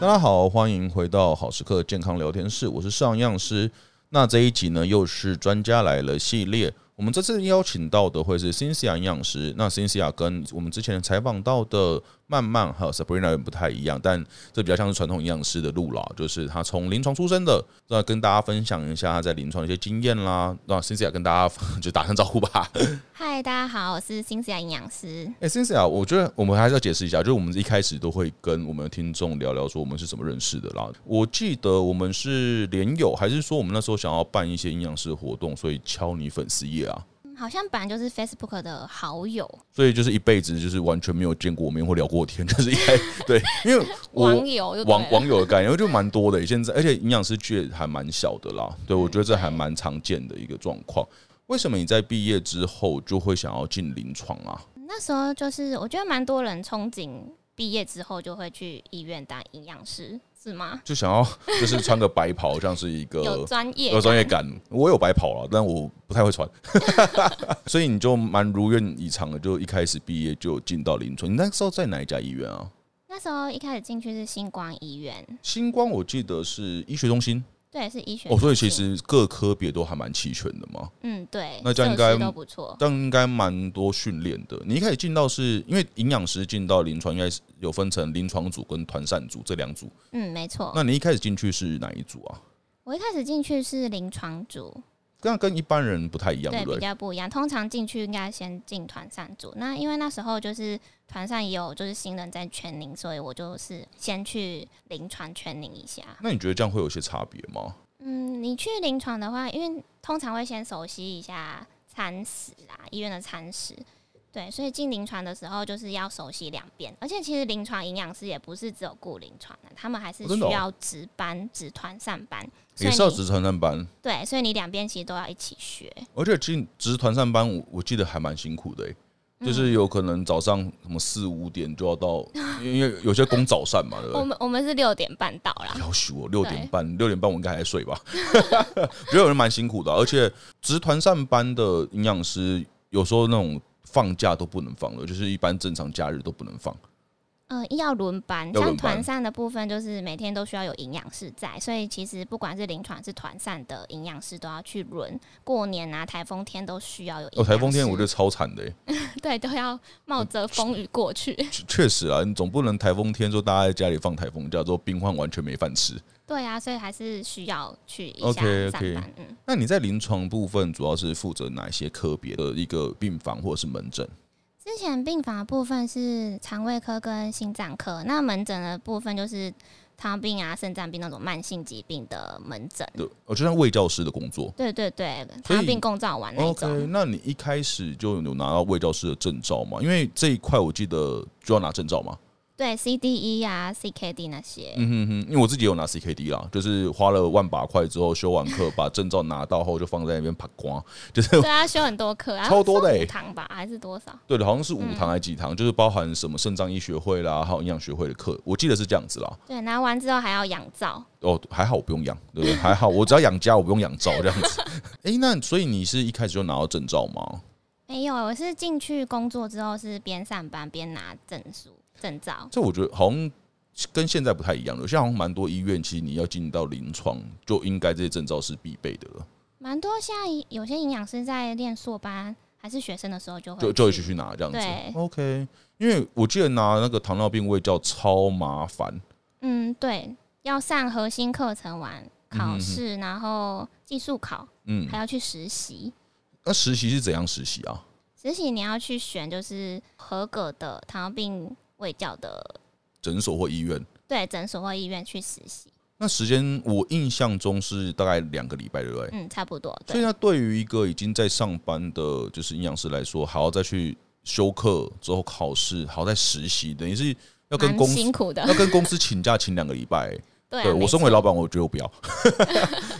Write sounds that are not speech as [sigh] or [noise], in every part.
大家好，欢迎回到好时刻健康聊天室，我是上药师。那这一集呢，又是专家来了系列。我们这次邀请到的会是 Cynthia 营养师，那 Cynthia 跟我们之前采访到的曼曼还有 Sabrina 有点不太一样，但这比较像是传统营养师的路啦，就是她从临床出身的，那跟大家分享一下她在临床的一些经验啦。那 Cynthia 跟大家就打声招呼吧。嗨，大家好，我是新西兰营养师。哎、c y n t h i a 我觉得我们还是要解释一下，就是我们一开始都会跟我们的听众聊聊说我们是怎么认识的啦。我记得我们是连友，还是说我们那时候想要办一些营养师的活动，所以敲你粉丝页啊？嗯好像本来就是 Facebook 的好友所以就是一辈子就是完全没有见过面或聊过天， [laughs] 就是一开对，因为我网友就对了网网友的概念就蛮多的。现在，而且营养师界还蛮小的啦，对我觉得这还嗯蛮常见的一个状况。为什么你在毕业之后就会想要进临床啊？那时候就是我觉得蛮多人憧憬毕业之后就会去医院当营养师，是吗？就想要 [laughs] 就是穿个白袍，像是一个有专业呃有专业感，我有白跑了，但我不太会穿， [laughs] 所以你就蛮如愿以偿的，就一开始毕业就进到临床。你那时候在哪一家医院啊？那时候一开始进去是星光医院，星光我记得是医学中心对，是医学中哦，心。所以其实各科别都还蛮齐全的嘛，嗯，对，那这样应设该施都不错。但应该蛮多训练的。你一开始进到是因为营养师进到临床，应该是有分成临床组跟团膳组这两组。嗯，没错。那你一开始进去是哪一组啊？我一开始进去是临床组，那跟一般人不太一样，对对，不比对？较不一样。通常进去应该先进团扇组，那因为那时候就是团扇也有就是新人在全龄，所以我就是先去临床全龄一下。那你觉得这样会有些差别吗？嗯，你去临床的话，因为通常会先熟悉一下餐食啊，医院的餐食。对，所以进临床的时候就是要熟悉两边，而且其实临床营养师也不是只有顾临床的，他们还是哦真需的哦要值班、值团上班，所也以是要你值团上班，对，所以你两边其实都要一起学。而且进值团上班，我我记得还蛮辛苦的、欸，嗯就是有可能早上什么四五点就要到， [laughs] 因为有些工早膳嘛，对不我对？们我们是六点半到啦，要许我六点半，六点半我应该还在睡吧？ [laughs] 我觉得有人蛮辛苦的啊、而且值团上班的营养师有时候那种放假都不能放了，就是一般正常假日都不能放。嗯，要轮班，要轮班像团膳的部分，就是每天都需要有营养师在，所以其实不管是临床还是团膳的营养师都要去轮。过年啊，台风天都需要有营哦，养师。台风天我哦觉得超惨的、欸，对都要冒着风雨过去。 [laughs] 确确实啊，你总不能台风天说大家在家里放台风假之后，病患完全没饭吃。对啊，所以还是需要去一下 OK，OK 上班。嗯，那你在临床部分主要是负责哪些科别的一个病房或者是门诊？之前病房的部分是肠胃科跟心脏科，那门诊的部分就是糖病啊、肾脏病那种慢性疾病的门诊。对，哦，就像卫教师的工作。对对对，所以哦糖病共照完那一 OK，种。那你一开始就有拿到卫教师的证照吗？因为这一块我记得就要拿证照嘛。对 CDE 啊、CKD 那些，嗯哼哼，因为我自己也有拿 CKD 啦，就是花了万把块之后修完课，把证照拿到后就放在那边爬光，就是对啊，修很多课，然超后多的欸堂吧，还是多少？ [laughs] 对的，好像是五堂还是几堂，就是包含什么肾脏医学会啦，还有营养学会的课，我记得是这样子啦。对，拿完之后还要养照。哦，还好我不用养，对不 [laughs] 对？还好我只要养家，我不用养照这样 [laughs] 子。哎、那所以你是一开始就拿到证照吗？没哎有，我是进去工作之后是边上班边拿证书证照。这我觉得好像跟现在不太一样了。现在好像蛮多医院，其实你要进到临床，就应该这些证照是必备的了，蛮多现在有些营养师在练硕班还是学生的时候就会就就一起去去拿这样子。对 OK，因为我记得拿那个糖尿病卫教超麻烦，嗯，对，要上核心课程完嗯哼考试，然后技术考，嗯，还要去实习。那实习是怎样实习啊？实习你要去选就是合格的糖尿病卫教的诊所或医院？对诊所或医院去实习。那时间我印象中是大概两个礼拜，对不对？嗯，差不多。所以，对，那对于一个已经在上班的，就是营养师来说，还要再去修课之后考试，还要再实习，等于是要跟蛮公司辛苦的。 [laughs] 要跟公司请假请两个礼拜、对啊对没我身为错老板，我觉得我不要， [laughs]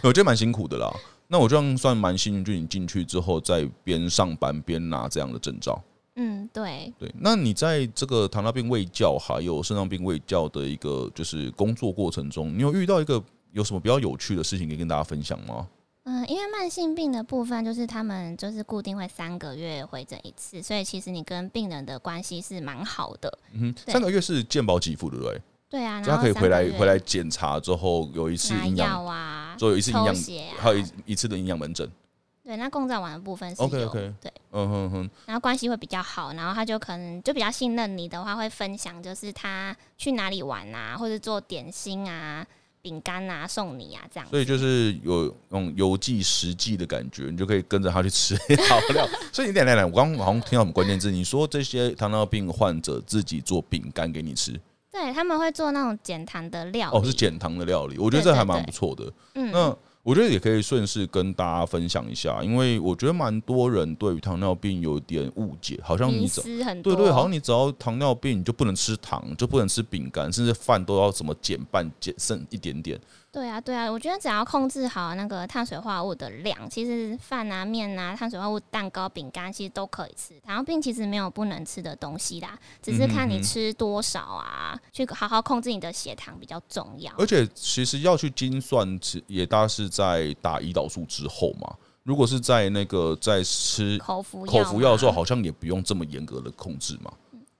我觉得蛮辛苦的啦。那我这样算蛮幸运，就你进去之后，在边上班边拿这样的证照。嗯，对，对，那你在这个糖尿病卫教还有肾脏病卫教的一个就是工作过程中，你有遇到一个有什么比较有趣的事情可以跟大家分享吗？嗯、因为慢性病的部分就是他们就是固定会三个月回诊一次，所以其实你跟病人的关系是蛮好的。嗯哼，对三个月是健保给付，对不对？对啊，所以他然后可以三回个来月回来检查之后，有一次拿营药养，啊，之后有一次营抽养血啊，还有一一次的营养门诊。对，那共照网的部分是有 OK，OK 对，嗯哼哼，然后关系会比较好，然后他就可能就比较信任你的话，会分享就是他去哪里玩啊，或者做点心啊、饼干啊送你啊这样。所以就是有那种游记实际的感觉，你就可以跟着他去吃 [laughs] 好料。所以你等等等，我刚刚好像听到我们关键字，你说这些糖尿病患者自己做饼干给你吃，对，他们会做那种简单的料哦，是理减糖的料理，我觉得这对还对蛮对不错的。嗯，那我觉得也可以顺势跟大家分享一下，因为我觉得蛮多人对于糖尿病有点误解，好像迷你只思很多，对对，好像你只要糖尿病，你就不能吃糖，就不能吃饼干，甚至饭都要怎么减半、减剩一点点。对啊，对啊，我觉得只要控制好那个碳水化合物的量，其实饭啊、面啊、碳水化合物、蛋糕、饼干其实都可以吃。糖尿病其实没有不能吃的东西啦，只是嗯哼看你哼吃多少啊，去好好控制你的血糖比较重要。而且其实要去精算，其也大概是在打胰岛素之后嘛。如果是在那个在吃口服药口服药的时候，嘛，好像也不用这么严格的控制嘛。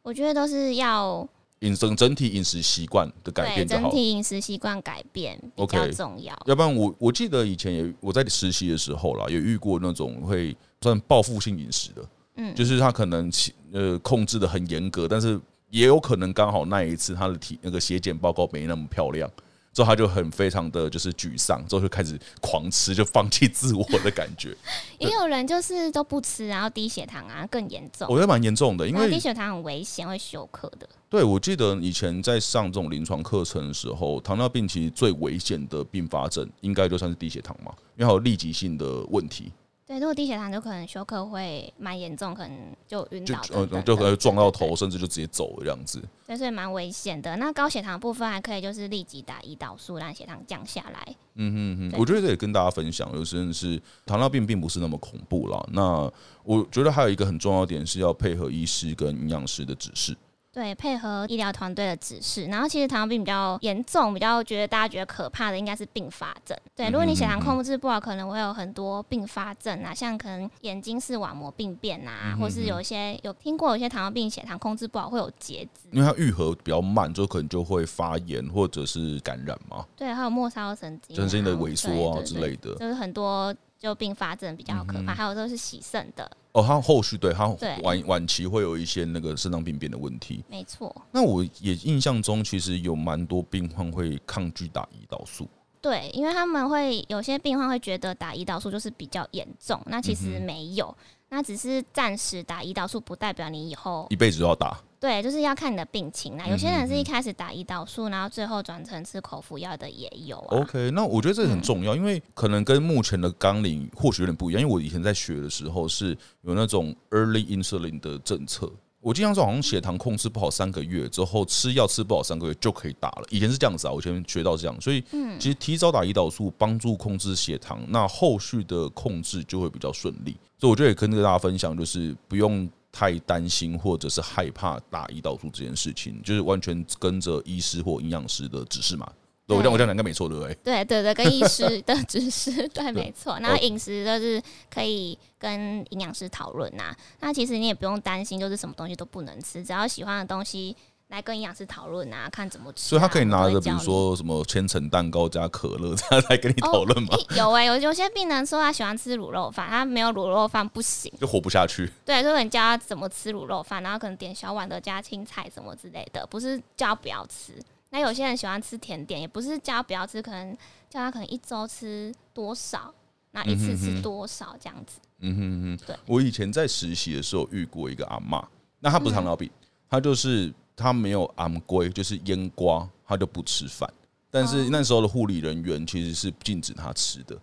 我觉得都是要饮整整体饮食习惯的改对变就整好。体饮食习惯改变比 OK 较重要。要不然我我记得以前也我在实习的时候啦，也遇过那种会算报复性饮食的，嗯，就是他可能其呃控制的很严格，但是也有可能刚好那一次他的体那个血检报告没那么漂亮，之后他就很非常的就是沮丧，之后就开始狂吃，就放弃自我的感觉，也有人就是都不吃，然后低血糖啊更严重我，觉得蛮严重哦的，因然后低为血糖很危险，会休克的。对我记得以前在上这种临床课程的时候，糖尿病其实最危险的并发症应该就算是低血糖嘛，因为还有立即性的问题，对，如果低血糖就可能休克会蛮严重，可能就晕就倒等呃等就可能的撞到对对头，甚至就直接走了这样子。对，所以蛮危险的。那高血糖部分还可以就是立即打胰岛素，让血糖降下来。嗯哼哼，对我觉得这也跟大家分享，有真的是糖尿病并不是那么恐怖啦。那我觉得还有一个很重要的点是要配合医师跟营养师的指示。对，配合医疗团队的指示。然后其实糖尿病比较严重，比较觉得大家觉得可怕的应该是并发症。对，如果嗯你血糖控制不好，可能会有很多并发症啊，像可能眼睛视网膜病变啊，嗯或是有一些有听过有些糖尿病血糖控制不好会有结节，因为它愈合比较慢，就可能就会发炎或者是感染嘛，对，还有末梢神经啊、神经的萎缩啊对对之对类的。嗯就是很多就并发症比较可怕，还有就是洗肾的，哦，它后续对它对晚晚期会有一些那个肾脏病变的问题。没错。那我也印象中，其实有蛮多病患会抗拒打胰岛素。哦对，因为他们会有些病患会觉得打胰岛素就是比较严重，那其嗯实哼没有，那只是暂时打胰岛素，不代表你以后一辈子都要打，对，就是要看你的病情啦。有些嗯哼人是一开始打胰岛素，然后最后转成吃口服药的也有啊。 OK，那我觉得这很重要，因为可能跟目前的纲领或许有点不一样。因为我以前在学的时候是有那种 early insulin 的政策，我经常说好像血糖控制不好三个月之后吃药吃不好三个月就可以打了。以前是这样子啊，我以前学到这样，所以其实提早打胰岛素帮助控制血糖，那后续的控制就会比较顺利。所以我觉得也跟大家分享，就是不用。太担心或者是害怕打胰岛素这件事情，就是完全跟着医师或营养师的指示嘛。对我这样我这样讲应该没错，对不对？对啊对对，跟医师的指示对，没错。然后 OK 饮食就是可以跟营养师讨论呐。那其实你也不用担心，就是什么东西都不能吃，只要喜欢的东西来跟营养师讨论啊，看怎么吃啊、所以他可以拿我都着，会比教如你说什么千层蛋糕加可乐，这样来跟你讨论嘛，哦、一有哎、有有些病人说他喜欢吃卤肉饭，他没有卤肉饭不行。就活不下去。对，就是你教他怎么吃卤肉饭，然后可能点小碗的加青菜什么之类的，不是叫他不要吃。那有些人喜欢吃甜点，也不是叫他不要吃，可能叫他可能一周吃多少，那一嗯次哼吃哼多少这样子。嗯哼对哼，我以前在实习的时候遇过一个阿嬷，那她不是糖尿病，嗯她就是她没有昂龟，就是腌瓜，她就不吃饭。但哦是那时候的护理人员其实是禁止她吃的，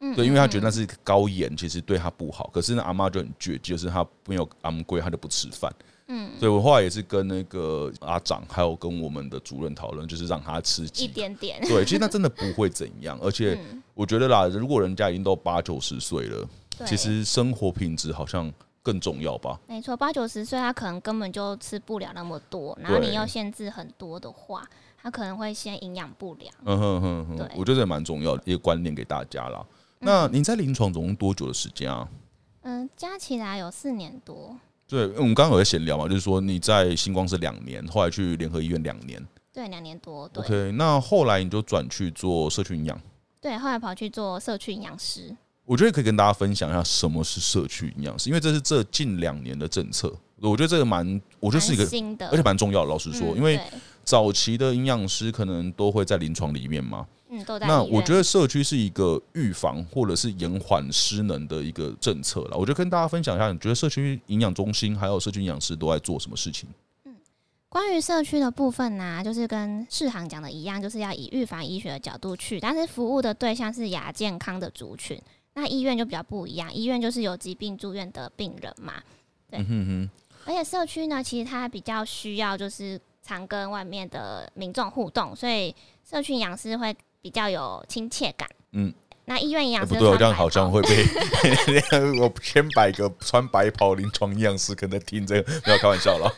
嗯，对，因为她觉得得那是高盐，其实对她不好。可是那阿嬷就很倔，就是她没有昂龟，她就不吃饭。嗯所以我后来也是跟那个阿长，还有跟我们的主任讨论，就是让她吃一嗯几点点。 [laughs] 对，其实那真的不会怎样，而且我觉得啦，如果人家已经到八九十岁了，对，其实生活品质好像更重要吧。没错，八九十岁他可能根本就吃不了那么多，然后对你又限制很多的话，他可能会先营养不良。嗯哼哼哼对，我觉得这也蛮重要的一个观念给大家啦。那您在临床总共多久的时间啊？嗯，加起来有四年多。对，因为我们刚刚有在闲聊嘛，就是说你在星光是两年，后来去联合医院两年，对，两年多，对 OK，那后来你就转去做社区营养，对，后来跑去做社区营养师。我觉得可以跟大家分享一下什么是社区营养师，因为这是这近两年的政策，我觉得这个蛮，我我觉得是一个，新的，而且蛮重要的。老实说，嗯因为对早期的营养师可能都会在临床里面嘛，嗯，都在那医我院觉得社区是一个预防或者是延缓失能的一个政策了。我就跟大家分享一下，你觉得社区营养中心还有社区营养师都在做什么事情？关于社区的部分呢、就是跟世行讲的一样，就是要以预防医学的角度去，但是服务的对象是亚健康的族群。那医院就比较不一样，医院就是有疾病住院的病人嘛，对嗯哼哼，而且社区呢，其实它比较需要就是常跟外面的民众互动，所以社区营养师会比较有亲切感。嗯，那医院营养哎师不对哦，穿白袍、这样好像会被 [laughs] 我千百个穿白袍临床营养师可能听这个，不要开玩笑了。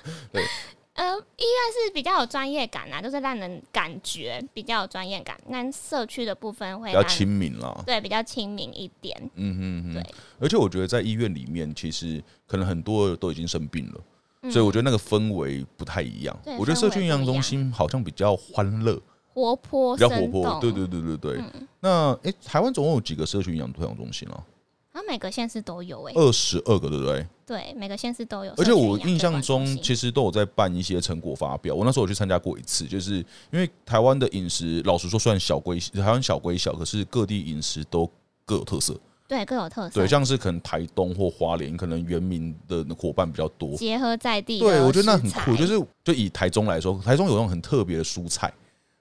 呃，医院是比较有专业感啦、就是让人感觉比较有专业感。那社区的部分会比较让亲民啦。对，比较亲民一点。嗯哼哼对，而且我觉得在医院里面，其实可能很多都已经生病了，嗯所以我觉得那个氛围不太一样对。我觉得社区营养中心好像比较欢乐，活泼比较生活动，泼。对对对对对。嗯，那诶、台湾总共有几个社区营养推广中心啊？然后每个县市都有哎、二十二个，对不对？对，每个县市都有。呃而且我社区印营象养推广中中，心其实都有在办一些成果发表。我那时候有去参加过一次，就是因为台湾的饮食，老实说，虽然小归台湾小归小，可是各地饮食都各有特色。对各有特色，对，像是可能台东或花莲，可能原民的伙伴比较多。结合在地的食材。对，我觉得那很酷，就是就以台中来说，台中有那种很特别的蔬菜。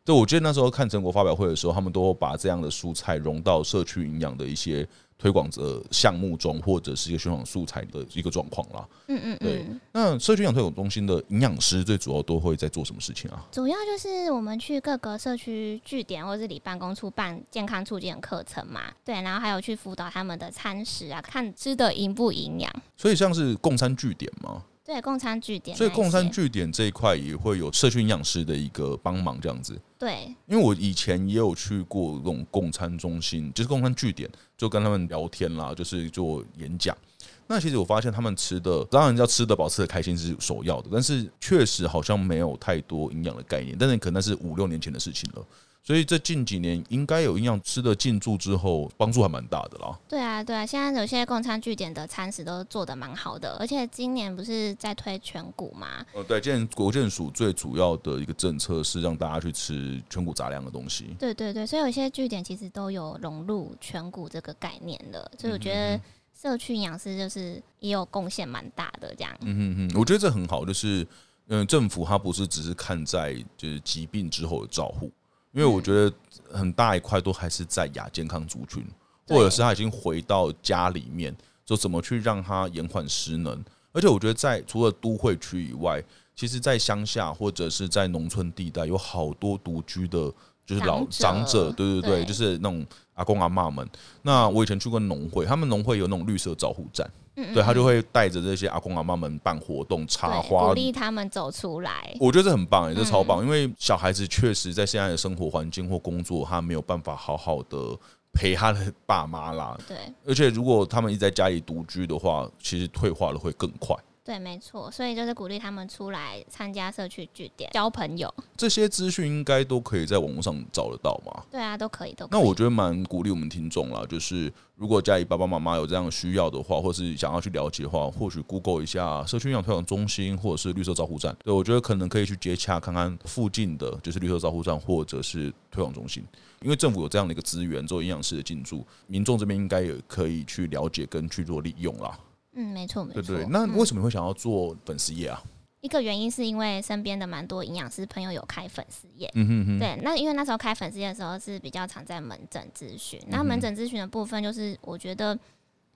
对，我记得那时候看成果发表会的时候，他们都把这样的蔬菜融到社区营养的一些推广者项目中，或者是一个宣传素材的一个状况啦。嗯嗯对嗯，那社区营养推广中心的营养师最主要都会在做什么事情啊？主要就是我们去各个社区据点或是里办公处办健康促进的课程嘛，对，然后还有去辅导他们的餐食啊，看吃的营不营养。所以像是共餐据点嘛，对，共餐据点那所一以些，共餐据点这一块也会有社区营养师的一个帮忙，这样子。对，因为我以前也有去过那种共餐中心，就是共餐据点，就跟他们聊天啦，就是做演讲。那其实我发现他们吃的，当然要吃得饱、吃得开心是首要的，但是确实好像没有太多营养的概念，但是可能那是五六年前的事情了。所以这近几年应该有营养师的进驻之后，帮助还蛮大的啦。对啊，对啊，现在有些共餐据点的餐食都做的蛮好的，而且今年不是在推全谷嘛，呃，对，现在国健署最主要的一个政策是让大家去吃全谷杂粮的东西。对对对，所以有些据点其实都有融入全谷这个概念了，所以我觉嗯得社区营养师就是也有贡献蛮大的这样。嗯嗯嗯，我觉得这很好，就是嗯，政府它不是只是看在就是疾病之后的照护，因为我觉得很大一块都还是在亚健康族群，对或者是他已经回到家里面，就怎么去让他延缓失能。而且我觉得在除了都会区以外，其实在乡下或者是在农村地带，有好多独居的，就是老长者长者，对对对，对就是那种阿公阿嬷们。那我以前去过农会，他们农会有那种绿色照护站。嗯嗯对他嗯就会带着这些阿公阿妈们办活动、插对花鼓，励嗯他们走出来。我觉得这很棒、欸，这超棒，因为小孩子确实在现在的生活环境或工作，他没有办法好好的陪他的爸妈啦。 [laughs] 对而且如果他们一直在家里独居的话，其实退化的会更快。对，没错，所以就是鼓励他们出来参加社区据点，交朋友。这些资讯应该都可以在网络上找得到嘛？对啊，都可以，都可那以我觉得蛮鼓励我们听众啦，就是如果家里爸爸妈妈有这样的需要的话，或是想要去了解的话，或许 Google 一下社区营养推广中心或者是绿色照护站，对我觉得可能可以去接洽看看附近的就是绿色照护站或者是推广中心，因为政府有这样的一个资源做营养师的进驻，民众这边应该也可以去了解跟去做利用啦，嗯，没错，没对错。不对？那嗯为什么你会想要做粉丝业啊？一个原因是因为身边的蛮多营养师朋友有开粉丝页，嗯哼哼，对，那因为那时候开粉丝页的时候是比较常在门诊咨询，嗯那门诊咨询的部分就是我觉得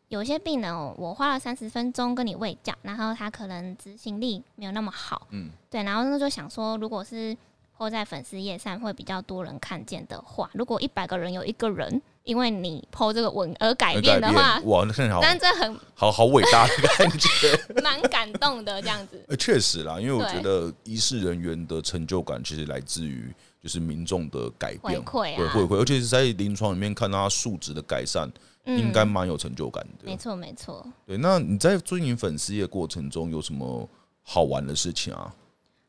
有些病人哦，我花了三十分钟跟你喂教，然后他可能执行力没有那么好，嗯，对，然后那就想说，如果是抛在粉丝页上会比较多人看见的话，如果一百个人有一个人因为你抛这个文而改变的话，哇，哦那现在好但这很好好伟大的感觉。蛮感动的这样 [laughs] 子，呃，确实啦，因为我对觉得医师人员的成就感其实来自于就是民众的改回变，馈对啊，回馈，而且是在临床里面看到他数值的改善，嗯应该蛮有成就感没的。错没错。对，那你在经营粉丝业过程中有什么好玩的事情啊？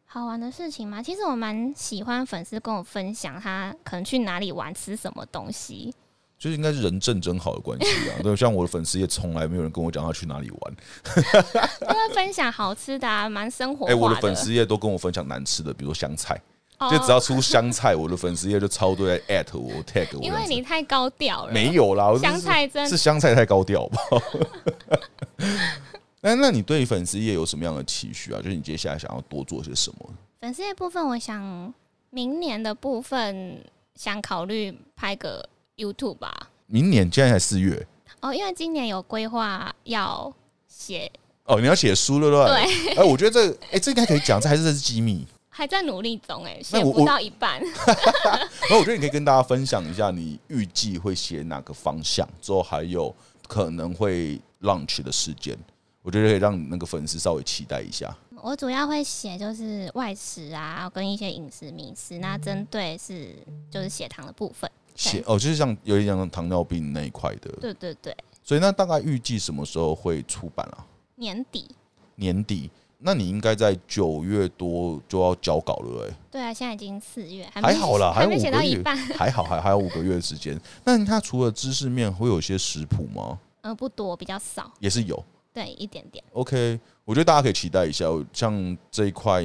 好玩的事情吗？其实我蛮喜欢粉丝跟我分享他可能去哪里玩、吃什么东西。就是应该是人正真好的关系啊。对，像我的粉丝也从来没有人跟我讲他去哪里玩。因为分享好吃的、啊，蛮生活哎、化我的粉丝也都跟我分享难吃的，比如说香菜，就只哦、要出香菜，我的粉丝也就超多在 at [laughs] 我 tag 我这样子。因为你太高调了，没有啦，我是香菜真是香菜太高调吧？ [laughs] 那那你对粉丝业有什么样的期许啊？就是你接下来想要多做些什么？粉丝的部分，我想明年的部分想考虑拍个 YouTube 吧。明年现在才四月哦，因为今年有规划要写，哦，你要写书了对不对？哎，我觉得这哎、这应该可以讲，这还是这是机密。还在努力中、哎，那写我不到一半。然后我觉得你可以跟大家分享一下，你预计会写哪个方向，之后还有可能会 launch 的时间，我觉得可以让那个粉丝稍微期待一下。我主要会写就是外食啊，跟一些饮食名词。那嗯针对是就是血糖的部分，写哦，就是像有点像糖尿病那一块的，对对对，所以那大概预计什么时候会出版啊？年底年底，那你应该在九月多就要交稿了、欸，对啊，现在已经四月，还没还好啦，还有没五写个到一月半，， [laughs] 还好还还有五个月的时间。那它除了知识面，会有一些食谱吗？嗯，不多，比较少，也是有。对，一点点。 OK，我觉得大家可以期待一下，像这一块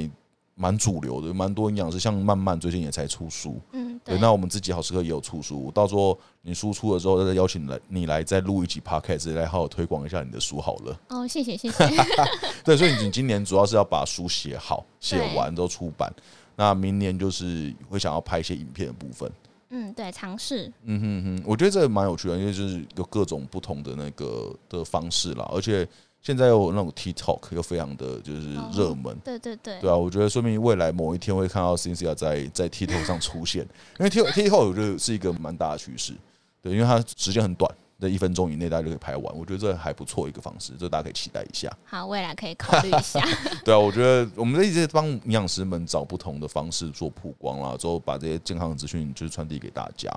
蛮主流的，蛮多营养师，像慢慢最近也才出书，嗯，对，对，那我们自己好时刻也有出书，到时候你输出了之后，再邀请来你来再录一集 podcast，来好好推广一下你的书好了。哦，谢谢谢谢， [laughs] 对，所以你今年主要是要把书写好，写完之后出版。那明年就是会想要拍一些影片的部分，嗯，对，尝试，嗯哼哼，我觉得这蛮有趣的，因为就是有各种不同的那个的方式啦，而且现在有那种 TikTok 又非常的就是哦热门，对对对，对啊，我觉得说明未来某一天会看到 Cynthia 在在 TikTok 上出现，因为 Tik- TikTok 我觉得是一个蛮大的趋势，对，因为它时间很短，在一分钟以内大家就可以拍完，我觉得这还不错一个方式，这大家可以期待一下。好，未来可以考虑一 [laughs] 下。 [laughs] 对啊，我觉得我们一直在帮营养师们找不同的方式做曝光啦，之后把这些健康的资讯就是传递给大家。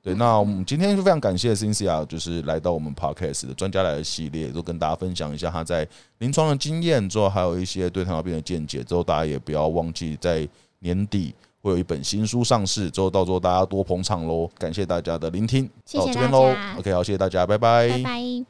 对，那我们今天就非常感谢 Cynthia，就是来到我们 Podcast 的专家来的系列，都跟大家分享一下她在临床的经验，之后还有一些对糖尿病的见解。之后大家也不要忘记，在年底会有一本新书上市，之后到时候大家多捧场喽！感谢大家的聆听，谢谢到这边大喽家。 OK，好，谢谢大家，拜拜。